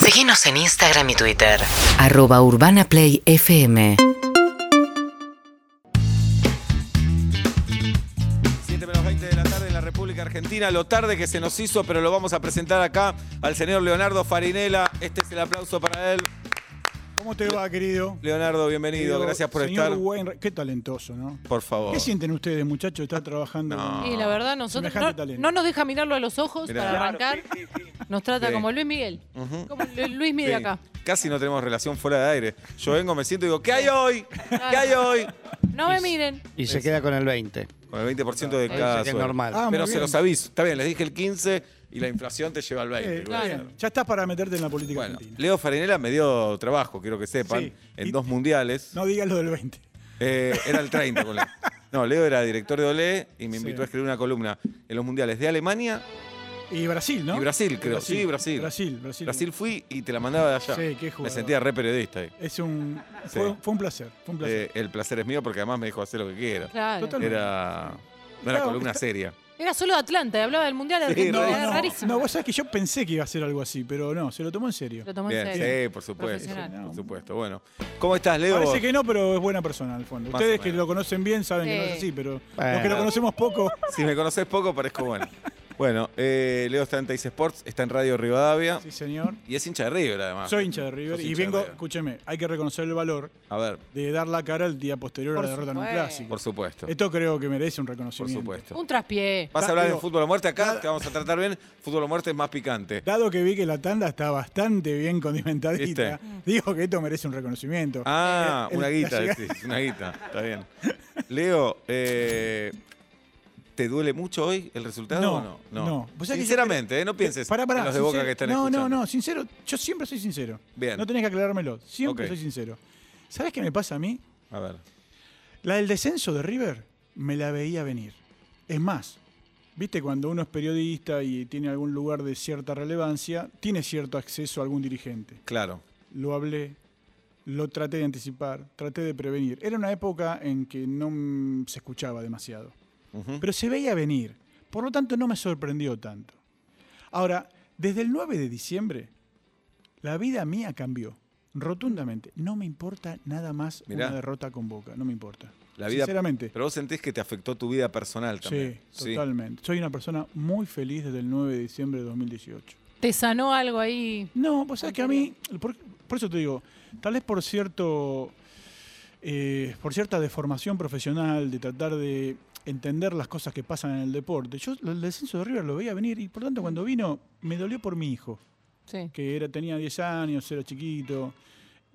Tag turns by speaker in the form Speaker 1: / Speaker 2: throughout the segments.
Speaker 1: Seguinos en Instagram y Twitter.
Speaker 2: arroba urbanaplayfm
Speaker 3: 7 menos 20 de la tarde en la República Argentina. Lo tarde que se nos hizo, pero lo vamos a presentar acá al señor Leonardo Farinela. Este es el aplauso para él.
Speaker 4: ¿Cómo te va, querido?
Speaker 3: Leonardo, bienvenido.
Speaker 4: Querido
Speaker 3: Gracias por
Speaker 4: señor
Speaker 3: estar.
Speaker 4: Wainwright. qué talentoso, ¿no?
Speaker 3: Por favor.
Speaker 4: ¿Qué sienten ustedes, muchachos? Están trabajando.
Speaker 3: No.
Speaker 5: Y la verdad, nosotros
Speaker 4: Semejante
Speaker 5: no,
Speaker 4: talento.
Speaker 5: no nos deja mirarlo a los ojos
Speaker 3: Mirá.
Speaker 5: para arrancar. Nos trata
Speaker 3: Sí.
Speaker 5: como Luis Miguel.
Speaker 3: Ujú.
Speaker 5: Como Lu- Luis
Speaker 3: Sí.
Speaker 5: Miguel acá.
Speaker 3: Casi no tenemos relación fuera de aire. Yo vengo, me siento y digo, ¿qué hay hoy? ¿Qué
Speaker 5: Claro.
Speaker 3: hay hoy?
Speaker 5: No me miren.
Speaker 6: Y se queda con el 20.
Speaker 3: Con el 20% de
Speaker 6: Dice
Speaker 3: cada
Speaker 6: que es
Speaker 3: sueldo.
Speaker 6: normal.
Speaker 4: Ah, muy
Speaker 3: Pero se
Speaker 4: bien.
Speaker 3: los aviso. Está bien, les dije el 15 y la inflación te lleva al 20.
Speaker 4: Eh,
Speaker 5: Claro.
Speaker 4: bien. Ya estás para meterte en la política
Speaker 3: Bueno,
Speaker 4: argentina.
Speaker 3: Leo Farinela me dio trabajo, quiero que sepan,
Speaker 4: Sí.
Speaker 3: en
Speaker 4: Y-
Speaker 3: dos mundiales.
Speaker 4: No digas lo del 20.
Speaker 3: Eh, era el 30 con Leo. No, Leo era director de Olé y me invitó
Speaker 4: Sí.
Speaker 3: a escribir una columna en los mundiales de Alemania.
Speaker 4: Y Brasil, ¿no?
Speaker 3: Y Brasil, creo. Sí, Brasil.
Speaker 4: Brasil, Brasil.
Speaker 3: Brasil fui y te la mandaba de allá.
Speaker 4: Sí, qué jugador.
Speaker 3: Me sentía re periodista ahí.
Speaker 4: Es un.
Speaker 3: Sí.
Speaker 4: Fue, fue un placer. Fue un placer.
Speaker 3: Eh, el placer es mío porque además me dijo hacer lo que quiera.
Speaker 5: Claro.
Speaker 4: Total.
Speaker 3: Era no era
Speaker 4: Claro,
Speaker 3: columna
Speaker 4: está-
Speaker 3: seria.
Speaker 5: Era solo de Atlanta, y hablaba del Mundial de
Speaker 3: Sí, no,
Speaker 5: Argentina. era rarísimo.
Speaker 4: no, vos sabés que yo pensé que iba a ser algo así, pero no, se lo tomó en serio.
Speaker 5: Lo tomó en
Speaker 3: Bien,
Speaker 5: serio.
Speaker 3: sí, por supuesto.
Speaker 5: Profesional.
Speaker 3: Por supuesto. Bueno, ¿cómo estás, Leo?
Speaker 4: Parece que no, pero es buena persona, al fondo.
Speaker 3: Más
Speaker 4: Ustedes
Speaker 3: o
Speaker 4: que
Speaker 3: menos.
Speaker 4: lo conocen bien saben que no es
Speaker 5: Sí.
Speaker 4: así, pero los
Speaker 6: Bueno.
Speaker 4: que lo conocemos poco.
Speaker 3: Si me conoces poco, parezco bueno. Bueno, eh, Leo está en Teis Sports, está en Radio Rivadavia
Speaker 4: Sí, señor.
Speaker 3: y es hincha de River, además.
Speaker 4: Soy hincha de River
Speaker 3: Ah, Sos
Speaker 4: y
Speaker 3: hincha de
Speaker 4: vengo,
Speaker 3: River.
Speaker 4: escúcheme, hay que reconocer el valor
Speaker 3: A ver,
Speaker 4: de dar la cara el día posterior a
Speaker 5: Por
Speaker 4: la derrota en un
Speaker 5: supuesto.
Speaker 4: clásico.
Speaker 3: por supuesto.
Speaker 4: Esto creo que merece un
Speaker 3: Por
Speaker 4: reconocimiento.
Speaker 3: supuesto.
Speaker 5: Un traspié.
Speaker 3: Vas a hablar de
Speaker 4: Digo,
Speaker 3: fútbol a muerte acá, te vamos a tratar bien. Fútbol a muerte es más picante.
Speaker 4: Dado que vi que la tanda está bastante bien condimentadita, digo que esto merece un reconocimiento.
Speaker 3: Ah,
Speaker 4: eh, El-
Speaker 3: una
Speaker 4: la
Speaker 3: guita,
Speaker 4: llegada-
Speaker 3: decís, una guita. Está bien. Leo, eh, ¿te duele mucho hoy el resultado
Speaker 4: No,
Speaker 3: o no?
Speaker 4: no. Vos sabés que yo
Speaker 3: Sinceramente, eh, no pienses
Speaker 4: Pará, pará,
Speaker 3: en los de Boca
Speaker 4: sincero-
Speaker 3: que están
Speaker 4: No,
Speaker 3: escuchando.
Speaker 4: no, no, sincero, yo siempre soy sincero.
Speaker 3: Bien.
Speaker 4: No tenés que aclarármelo, siempre
Speaker 3: Ok.
Speaker 4: soy sincero. ¿Sabés qué me pasa a mí?
Speaker 3: A ver.
Speaker 4: La del descenso de River me la veía venir. Es más, viste cuando uno es periodista y tiene algún lugar de cierta relevancia, tiene cierto acceso a algún dirigente.
Speaker 3: Claro.
Speaker 4: Lo hablé, lo traté de anticipar, traté de prevenir. Era una época en que no mm, se escuchaba demasiado,
Speaker 3: Ujú.
Speaker 4: pero se veía venir. Por lo tanto, no me sorprendió tanto. Ahora, desde el 9 de diciembre, la vida mía cambió rotundamente. No me importa nada más
Speaker 3: Mirá.
Speaker 4: una derrota con Boca, no me importa.
Speaker 3: La vida-
Speaker 4: Sinceramente.
Speaker 3: Pero vos sentís que te afectó tu vida personal
Speaker 4: Sí,
Speaker 3: también.
Speaker 4: totalmente. Soy una persona muy feliz desde el 9 de diciembre de 2018.
Speaker 5: Te sanó algo ahí.
Speaker 4: No, pues sabés que a mí, por, por eso te digo, tal vez por cierto, eh, por cierta deformación profesional, de tratar de entender las cosas que pasan en el deporte. Yo el descenso de River lo veía venir y por tanto cuando vino me dolió por mi hijo,
Speaker 5: Sí.
Speaker 4: que era, tenía 10 años, era chiquito.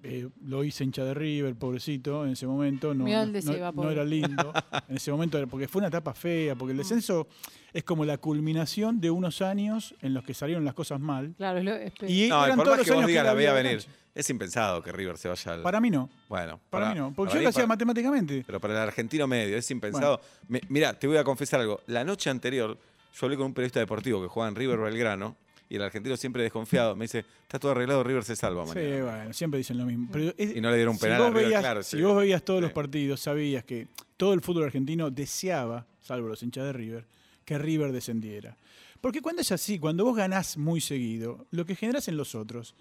Speaker 4: eh, lo hice hincha de River, pobrecito, en ese momento no,
Speaker 5: Mirá
Speaker 4: no,
Speaker 5: el de Seba,
Speaker 4: no- no
Speaker 5: pobre. Mm.
Speaker 4: era lindo. En ese momento, era- porque fue una etapa fea, porque el descenso es como la culminación de unos años en los que salieron las cosas mal.
Speaker 5: Claro, es lo- este, es-
Speaker 4: Y
Speaker 3: No, y
Speaker 4: eran
Speaker 3: por más
Speaker 4: todos los
Speaker 3: que vos
Speaker 4: años que
Speaker 3: digas, la veía
Speaker 4: había en la
Speaker 3: venir.
Speaker 4: cancha.
Speaker 3: Es impensado que River se vaya al.
Speaker 4: Para mí no.
Speaker 3: bueno,
Speaker 4: Para, mí no. Porque
Speaker 3: para
Speaker 4: yo
Speaker 3: mí,
Speaker 4: lo hacía
Speaker 3: para-
Speaker 4: matemáticamente.
Speaker 3: Pero para el argentino medio, es impensado. Mi- mirá, te voy a confesar algo. La noche anterior, yo hablé con un periodista deportivo que juega en River Belgrano y el argentino siempre desconfiado me dice: Está todo arreglado, River se salva
Speaker 4: Sí,
Speaker 3: mañana.
Speaker 4: bueno, siempre dicen lo mismo. Pero es-
Speaker 3: Mm. Y no le dieron
Speaker 4: si
Speaker 3: penal a
Speaker 4: vos
Speaker 3: River,
Speaker 4: veías-
Speaker 3: claro,
Speaker 4: Si
Speaker 3: sí.
Speaker 4: vos veías todos los
Speaker 3: Sí.
Speaker 4: partidos, sabías que todo el fútbol argentino deseaba, salvo los hinchas de River, que River descendiera. Porque cuando es así, cuando vos ganás muy seguido, lo que generás en los otros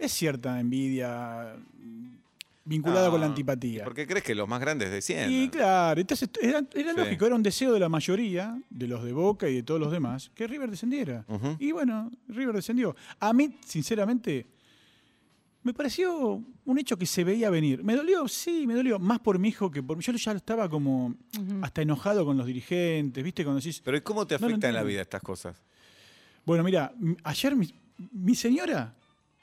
Speaker 4: es cierta envidia mm, vinculada
Speaker 3: No,
Speaker 4: con la antipatía.
Speaker 3: Ah, Porque crees que los más grandes descienden.
Speaker 4: Y claro, entonces era, era
Speaker 3: Sí.
Speaker 4: lógico, era un deseo de la mayoría, de los de Boca y de todos los demás, que River descendiera.
Speaker 3: Ujú.
Speaker 4: Y bueno, River descendió. A mí, sinceramente, me pareció un hecho que se veía venir. Me dolió, sí, me dolió, más por mi hijo que por mí. Yo ya estaba como hasta enojado con los dirigentes, ¿viste? Cuando decís,
Speaker 3: Pero ¿y cómo te
Speaker 4: No lo
Speaker 3: afectan en la
Speaker 4: entiendo.
Speaker 3: vida estas cosas?
Speaker 4: bueno, mira, m- ayer mi, mi señora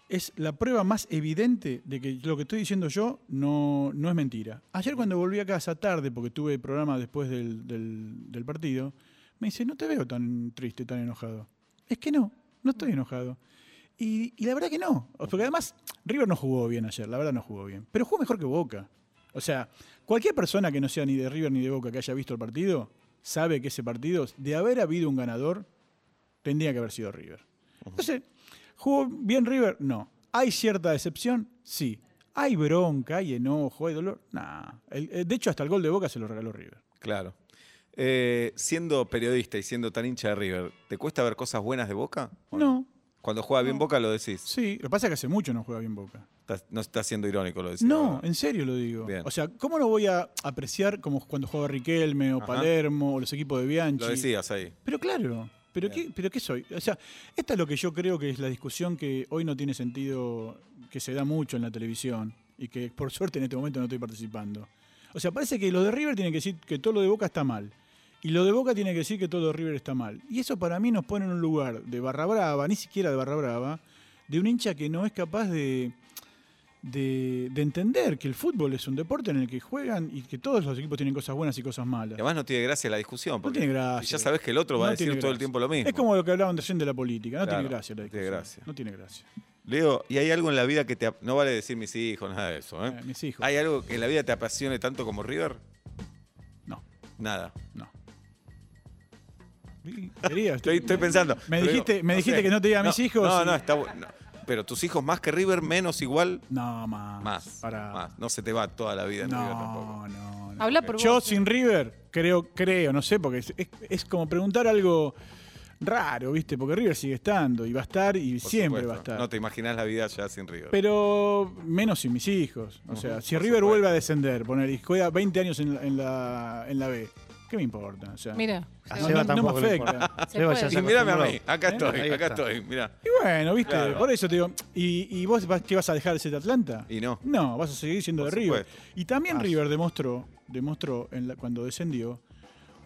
Speaker 4: es la prueba más evidente de que lo que estoy diciendo yo no, no es mentira. Ayer cuando volví a casa tarde, porque tuve programa después del, del- del partido, me dice, no te veo tan triste, tan enojado. Es que no, no estoy enojado. Y, y la verdad que no. O- Porque además, River no jugó bien ayer, la verdad no jugó bien. Pero jugó mejor que Boca. O sea, cualquier persona que no sea ni de River ni de Boca que haya visto el partido, sabe que ese partido, de haber habido un ganador, tendría que haber sido River. Entonces, ¿jugó bien River? No. ¿Hay cierta decepción? Sí. ¿Hay bronca, hay enojo, hay dolor? Nah. El- eh, de hecho, hasta el gol de Boca se lo regaló River.
Speaker 3: Claro. Eh, siendo periodista y siendo tan hincha de River, ¿te cuesta ver cosas buenas de Boca? ¿O
Speaker 4: No.
Speaker 3: Cuando juega bien Boca lo decís.
Speaker 4: Sí, lo que pasa es que hace mucho no juega bien Boca.
Speaker 3: Estás- no estás siendo irónico lo decís.
Speaker 4: No,
Speaker 3: ¿verdad?
Speaker 4: en serio lo digo.
Speaker 3: Bien.
Speaker 4: O sea, ¿cómo lo voy a apreciar como cuando jugaba Riquelme o
Speaker 3: Ajá.
Speaker 4: Palermo o los equipos de Bianchi?
Speaker 3: Lo decías ahí.
Speaker 4: Pero claro, pero
Speaker 3: Bien.
Speaker 4: qué, pero qué soy. O sea, esta es lo que yo creo que es la discusión que hoy no tiene sentido, que se da mucho en la televisión y que por suerte en este momento no estoy participando. O sea, parece que los de River tienen que decir que todo lo de Boca está mal. Y lo de Boca tiene que decir que todo lo de River está mal. Y eso para mí nos pone en un lugar de barra brava, ni siquiera de barra brava, de un hincha que no es capaz de, de, de entender que el fútbol es un deporte en el que juegan y que todos los equipos tienen cosas buenas y cosas malas.
Speaker 3: Y Además no tiene gracia la discusión. Porque
Speaker 4: tiene gracia.
Speaker 3: Ya sabes que el otro va a
Speaker 4: No
Speaker 3: decir
Speaker 4: tiene
Speaker 3: todo el
Speaker 4: gracia.
Speaker 3: tiempo lo mismo.
Speaker 4: Es como lo que hablaban recién de la política. No
Speaker 3: Claro,
Speaker 4: tiene gracia la
Speaker 3: no tiene
Speaker 4: discusión.
Speaker 3: gracia. ¿Eh?
Speaker 4: No tiene gracia.
Speaker 3: Leo, ¿y hay algo en la vida que te... ap- No vale decir mis hijos, nada de eso, ¿eh?
Speaker 4: Eh, mis hijos.
Speaker 3: ¿Hay algo que en la vida te apasione tanto como River?
Speaker 4: No,
Speaker 3: Nada.
Speaker 4: no. Quería,
Speaker 3: Estoy, estoy pensando.
Speaker 4: Me
Speaker 3: Pero
Speaker 4: dijiste- me dijiste que no te diga a mis hijos
Speaker 3: No,
Speaker 4: y-
Speaker 3: no, está bu- no. Pero tus hijos más que River, menos igual,
Speaker 4: No, más.
Speaker 3: más.
Speaker 4: Pará.
Speaker 3: más. No se te va toda la vida en River tampoco.
Speaker 4: No, no, no.
Speaker 5: Habla por
Speaker 4: Yo
Speaker 5: vos. eh.
Speaker 4: sin River, creo, creo, no sé, porque es, es- es como preguntar algo raro, ¿viste? Porque River sigue estando y va a estar y
Speaker 3: Por
Speaker 4: siempre
Speaker 3: supuesto.
Speaker 4: va a estar.
Speaker 3: No te imaginas la vida ya sin River.
Speaker 4: Pero menos sin mis hijos. O sea, si
Speaker 3: por
Speaker 4: River
Speaker 3: supuesto.
Speaker 4: vuelve a descender, poner y juega 20 años en la, en la, en la B, ¿qué me importa? O sea,
Speaker 5: Mira.
Speaker 6: A
Speaker 4: No,
Speaker 5: se
Speaker 4: Seba
Speaker 5: va.
Speaker 6: Seba
Speaker 4: no
Speaker 6: tampoco
Speaker 4: me
Speaker 6: le
Speaker 4: afecta.
Speaker 6: importa.
Speaker 5: Se
Speaker 6: Seba
Speaker 5: puede.
Speaker 6: ya se
Speaker 3: y mírame a
Speaker 6: acostumbró.
Speaker 3: mí, acá
Speaker 4: ¿Eh?
Speaker 3: estoy,
Speaker 6: Ahí
Speaker 3: acá
Speaker 6: está.
Speaker 3: estoy, mirá.
Speaker 4: Y bueno, viste,
Speaker 3: Claro.
Speaker 4: por eso te digo. ¿Y, y vos vas- qué vas a dejar de ser de Atlanta?
Speaker 3: Y no.
Speaker 4: No, vas a seguir siendo
Speaker 3: Por
Speaker 4: de River.
Speaker 3: supuesto.
Speaker 4: Y también
Speaker 6: Ah,
Speaker 4: River demostró, demostró en la- cuando descendió,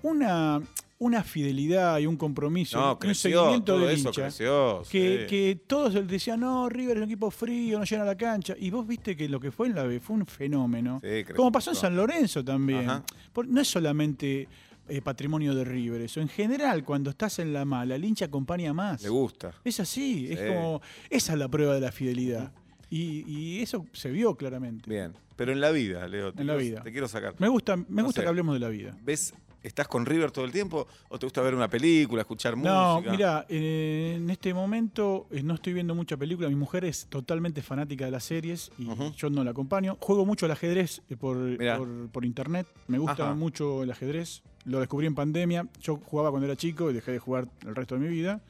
Speaker 4: una, una fidelidad y un compromiso, y
Speaker 3: No,
Speaker 4: un
Speaker 3: creció,
Speaker 4: seguimiento
Speaker 3: todo
Speaker 4: del
Speaker 3: eso
Speaker 4: hincha,
Speaker 3: creció.
Speaker 4: Que,
Speaker 3: sí.
Speaker 4: que todos decían, no, River es un equipo frío, no llena la cancha. Y vos viste que lo que fue en la B fue un fenómeno.
Speaker 3: Sí, creció
Speaker 4: como pasó en
Speaker 3: mucho.
Speaker 4: San Lorenzo también.
Speaker 3: Ajá.
Speaker 4: Por- no es solamente eh, patrimonio de River eso. En general, cuando estás en la mala, el hincha acompaña más.
Speaker 3: Le gusta.
Speaker 4: Es así, es
Speaker 3: Sí.
Speaker 4: como. Esa es la prueba de la fidelidad. Y, y eso se vio claramente.
Speaker 3: Bien. Pero en la vida, Leo. te
Speaker 4: En la
Speaker 3: quiero-
Speaker 4: vida.
Speaker 3: Te quiero sacar.
Speaker 4: Me gusta, me
Speaker 3: No
Speaker 4: gusta
Speaker 3: sé.
Speaker 4: que hablemos de la vida.
Speaker 3: ¿Ves? ¿Estás con River todo el tiempo? ¿O te gusta ver una película, escuchar
Speaker 4: No,
Speaker 3: música?
Speaker 4: mira, en este momento eh, no estoy viendo mucha película. Mi mujer es totalmente fanática de las series y
Speaker 3: Ujú.
Speaker 4: yo no la acompaño. Juego mucho al ajedrez eh, por,
Speaker 3: Mirá.
Speaker 4: por, por internet. Me gusta
Speaker 3: Ajá.
Speaker 4: mucho el ajedrez. Lo descubrí en pandemia. Yo jugaba cuando era chico y dejé de jugar el resto de mi vida.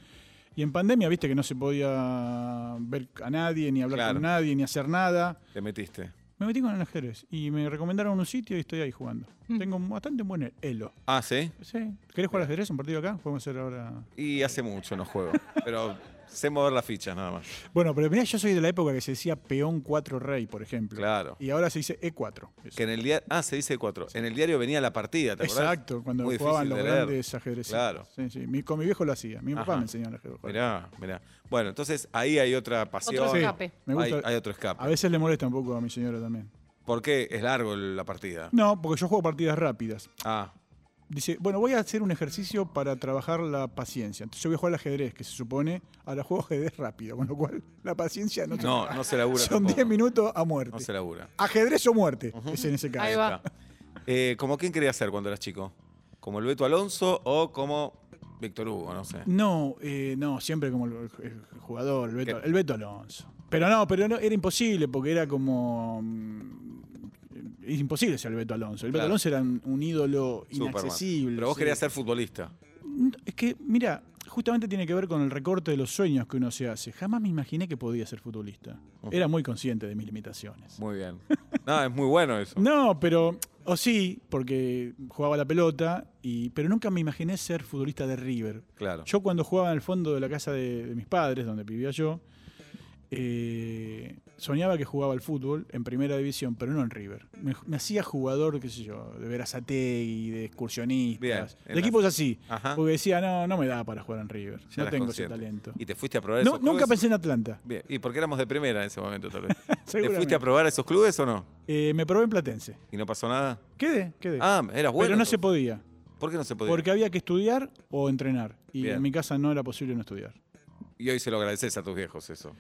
Speaker 4: Y en pandemia, viste que no se podía ver a nadie, ni hablar
Speaker 3: Claro.
Speaker 4: con nadie, ni hacer nada.
Speaker 3: Te metiste.
Speaker 4: Me metí con el ajedrez y me recomendaron un sitio y estoy ahí jugando.
Speaker 5: Mm.
Speaker 4: Tengo bastante buen elo.
Speaker 3: Ah, ¿sí?
Speaker 4: Sí. ¿Querés jugar al ajedrez un partido acá? Podemos hacer ahora.
Speaker 3: Y hace mucho no juego. pero sé mover las fichas nada más.
Speaker 4: Bueno, pero mirá, yo soy de la época que se decía peón 4 rey, por ejemplo.
Speaker 3: Claro.
Speaker 4: Y ahora se dice E4. Eso.
Speaker 3: Que en el diario. Ah, se dice cuatro. En el diario venía la partida, ¿te acordás?
Speaker 4: Exacto, cuando
Speaker 3: Muy
Speaker 4: jugaban
Speaker 3: difícil
Speaker 4: los
Speaker 3: de leer.
Speaker 4: grandes ajedrecistas.
Speaker 3: Claro.
Speaker 4: Sí, sí. Mi- con mi viejo lo hacía. Mi papá
Speaker 3: Ajá.
Speaker 4: me enseñó el ajedrez.
Speaker 3: Mirá, mirá. Bueno, entonces ahí hay otra pasión.
Speaker 5: Otro escape.
Speaker 4: Me gusta-
Speaker 3: Hay, hay otro escape.
Speaker 4: A veces le molesta un poco a mi señora también.
Speaker 3: ¿Por qué es largo el- la partida?
Speaker 4: No, porque yo juego partidas rápidas.
Speaker 3: Ah,
Speaker 4: Dice, bueno, voy a hacer un ejercicio para trabajar la paciencia. Entonces yo voy a jugar al ajedrez, que se supone. Ahora juego ajedrez rápido, con lo cual la paciencia no se
Speaker 3: no, no se labura.
Speaker 4: Son
Speaker 3: tampoco.
Speaker 4: 10 minutos a muerte.
Speaker 3: No se labura.
Speaker 4: Ajedrez o muerte, es en ese
Speaker 5: Ahí
Speaker 4: caso.
Speaker 5: va.
Speaker 3: Eh, ¿Cómo quién querías ser cuando eras chico? ¿Como el Beto Alonso o como Víctor Hugo? No sé.
Speaker 4: No, eh, no, siempre como el, el jugador, el Beto,
Speaker 3: ¿Qué?
Speaker 4: el Beto Alonso. Pero no, pero no, era imposible porque era como. mm, Es imposible ser el Beto Alonso. El Beto
Speaker 3: Claro.
Speaker 4: Alonso era un, un ídolo
Speaker 3: Superman.
Speaker 4: inaccesible.
Speaker 3: Pero vos
Speaker 4: sí.
Speaker 3: querías ser futbolista.
Speaker 4: No, Es que, mira, justamente tiene que ver con el recorte de los sueños que uno se hace. Jamás me imaginé que podía ser futbolista. Era muy consciente de mis limitaciones.
Speaker 3: Muy bien. No, es muy bueno eso.
Speaker 4: No, pero. O sí, porque jugaba la pelota, y, pero nunca me imaginé ser futbolista de River.
Speaker 3: Claro.
Speaker 4: Yo cuando jugaba en el fondo de la casa de, de mis padres, donde vivía yo, eh, soñaba que jugaba al fútbol en primera división, pero no en River. Me, me hacía jugador, qué sé yo, de Verazategui, de
Speaker 3: Bien,
Speaker 4: excursionistas,
Speaker 3: en
Speaker 4: de
Speaker 3: la- Ah.
Speaker 4: equipos así.
Speaker 3: Ajá.
Speaker 4: Porque decía, no, no me da para jugar en River.
Speaker 3: Ya
Speaker 4: no
Speaker 3: eras
Speaker 4: tengo ese
Speaker 3: consciente.
Speaker 4: talento.
Speaker 3: Y te fuiste a probar
Speaker 4: No,
Speaker 3: esos
Speaker 4: nunca
Speaker 3: clubes?
Speaker 4: pensé en Atlanta.
Speaker 3: Bien, y porque éramos de primera en ese momento tal vez. ¿Te
Speaker 4: Seguramente.
Speaker 3: fuiste a probar a esos clubes o no?
Speaker 4: Eh, me probé en Platense.
Speaker 3: ¿Y no pasó nada?
Speaker 4: Quedé, quedé.
Speaker 3: Ah, eras bueno.
Speaker 4: pero no se
Speaker 3: entonces.
Speaker 4: podía,
Speaker 3: ¿Por qué no se podía?
Speaker 4: porque había que estudiar o entrenar. Y
Speaker 3: Bien.
Speaker 4: en mi casa no era posible no estudiar.
Speaker 3: Y hoy se lo agradeces a tus viejos eso.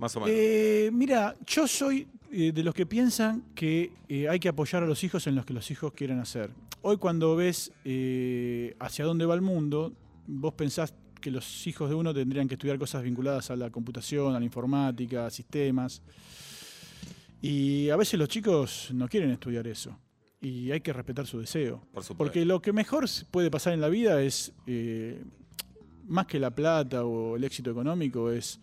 Speaker 3: Más o menos.
Speaker 4: Eh, mira, yo soy eh, de los que piensan que eh, hay que apoyar a los hijos en los que los hijos quieran hacer. Hoy cuando ves eh, hacia dónde va el mundo, vos pensás que los hijos de uno tendrían que estudiar cosas vinculadas a la computación, a la informática, a sistemas. Y a veces los chicos no quieren estudiar eso. Y hay que respetar su deseo.
Speaker 3: por supuesto.
Speaker 4: Porque lo que mejor s- puede pasar en la vida es eh, más que la plata o el éxito económico, es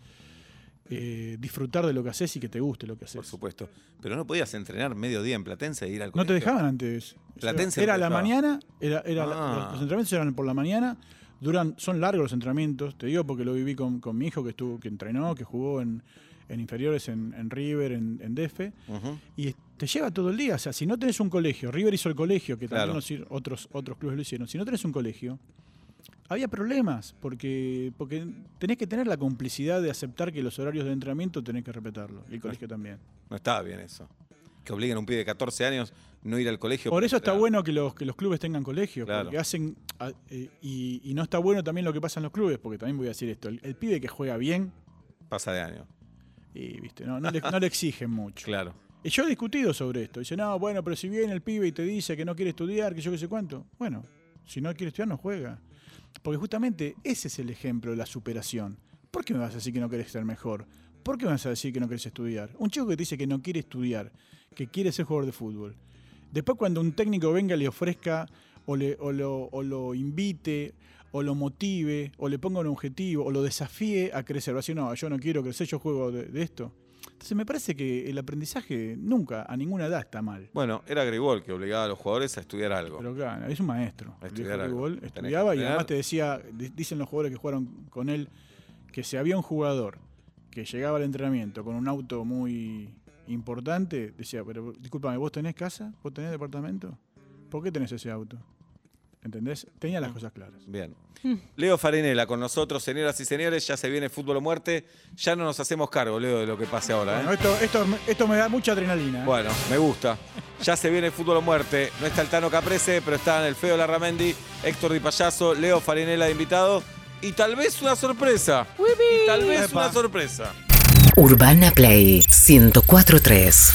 Speaker 4: eh, disfrutar de lo que haces y que te guste lo que haces.
Speaker 3: Por supuesto. Pero no podías entrenar mediodía en Platense e ir al
Speaker 4: No te
Speaker 3: colegio.
Speaker 4: dejaban antes.
Speaker 3: Platense
Speaker 4: era
Speaker 3: no
Speaker 4: la
Speaker 3: dejaba.
Speaker 4: mañana, era, era la-
Speaker 3: Ah.
Speaker 4: los entrenamientos eran por la mañana, duran, son largos los entrenamientos, te digo porque lo viví con, con mi hijo que estuvo, que entrenó, que jugó en, en inferiores, en, en River, en, en DF,
Speaker 3: Ujú.
Speaker 4: y te lleva todo el día. O sea, si no tenés un colegio, River hizo el colegio, que
Speaker 3: Claro.
Speaker 4: también nos hi- otros, otros clubes lo hicieron, si no tenés un colegio, había problemas, porque, porque tenés que tener la complicidad de aceptar que los horarios de entrenamiento tenés que respetarlo, y el colegio también.
Speaker 3: No estaba bien eso. Que obliguen a un pibe de 14 años no ir al colegio.
Speaker 4: Por
Speaker 3: para
Speaker 4: eso está
Speaker 3: entrenar.
Speaker 4: bueno que los, que los clubes tengan colegios,
Speaker 3: Claro.
Speaker 4: porque hacen. a- eh, y, y no está bueno también lo que pasa en los clubes, porque también voy a decir esto: el, el pibe que juega bien,
Speaker 3: Pasa de año.
Speaker 4: y, ¿viste? No, no, le, no le exigen mucho.
Speaker 3: Claro.
Speaker 4: Y yo he discutido sobre esto. Dice, no, bueno, pero si viene el pibe y te dice que no quiere estudiar, que yo qué sé cuánto. Bueno, si no quiere estudiar, no juega. Porque justamente ese es el ejemplo de la superación. ¿Por qué me vas a decir que no querés ser mejor? ¿Por qué me vas a decir que no querés estudiar? Un chico que te dice que no quiere estudiar, que quiere ser jugador de fútbol. Después cuando un técnico venga y le ofrezca o, le- o lo, o lo invite o lo motive o le ponga un objetivo o lo desafíe a crecer, va a decir, no, yo no quiero crecer, yo juego de, de esto. Entonces me parece que el aprendizaje nunca, a ninguna edad, está mal.
Speaker 3: Bueno, era Grigol que obligaba a los jugadores a estudiar algo.
Speaker 4: Pero claro, es un maestro.
Speaker 3: A
Speaker 4: El
Speaker 3: estudiar
Speaker 4: viejo
Speaker 3: algo.
Speaker 4: Rigol
Speaker 3: Tenés que
Speaker 4: estudiaba y
Speaker 3: entrenar.
Speaker 4: además te decía, di- dicen los jugadores que jugaron con él, que si había un jugador que llegaba al entrenamiento con un auto muy importante, decía, pero discúlpame, ¿vos tenés casa? ¿Vos tenés departamento? ¿Por qué tenés ese auto? ¿Entendés? Tenía
Speaker 3: Mm.
Speaker 4: las cosas claras.
Speaker 3: Bien. Leo Farinela con nosotros, señoras y señores. Ya se viene fútbol o muerte. Ya no nos hacemos cargo, Leo, de lo que pase ahora. ¿eh?
Speaker 4: Bueno, esto, esto, esto me da mucha adrenalina. ¿eh?
Speaker 3: Bueno, me gusta. Ya se viene el fútbol o muerte. No está el Tano Caprese, pero están el Feo Larramendi, Héctor Di Payaso, Leo Farinela de invitado. Y tal vez una sorpresa. Y tal vez una sorpresa.
Speaker 2: Urbana Play 1043.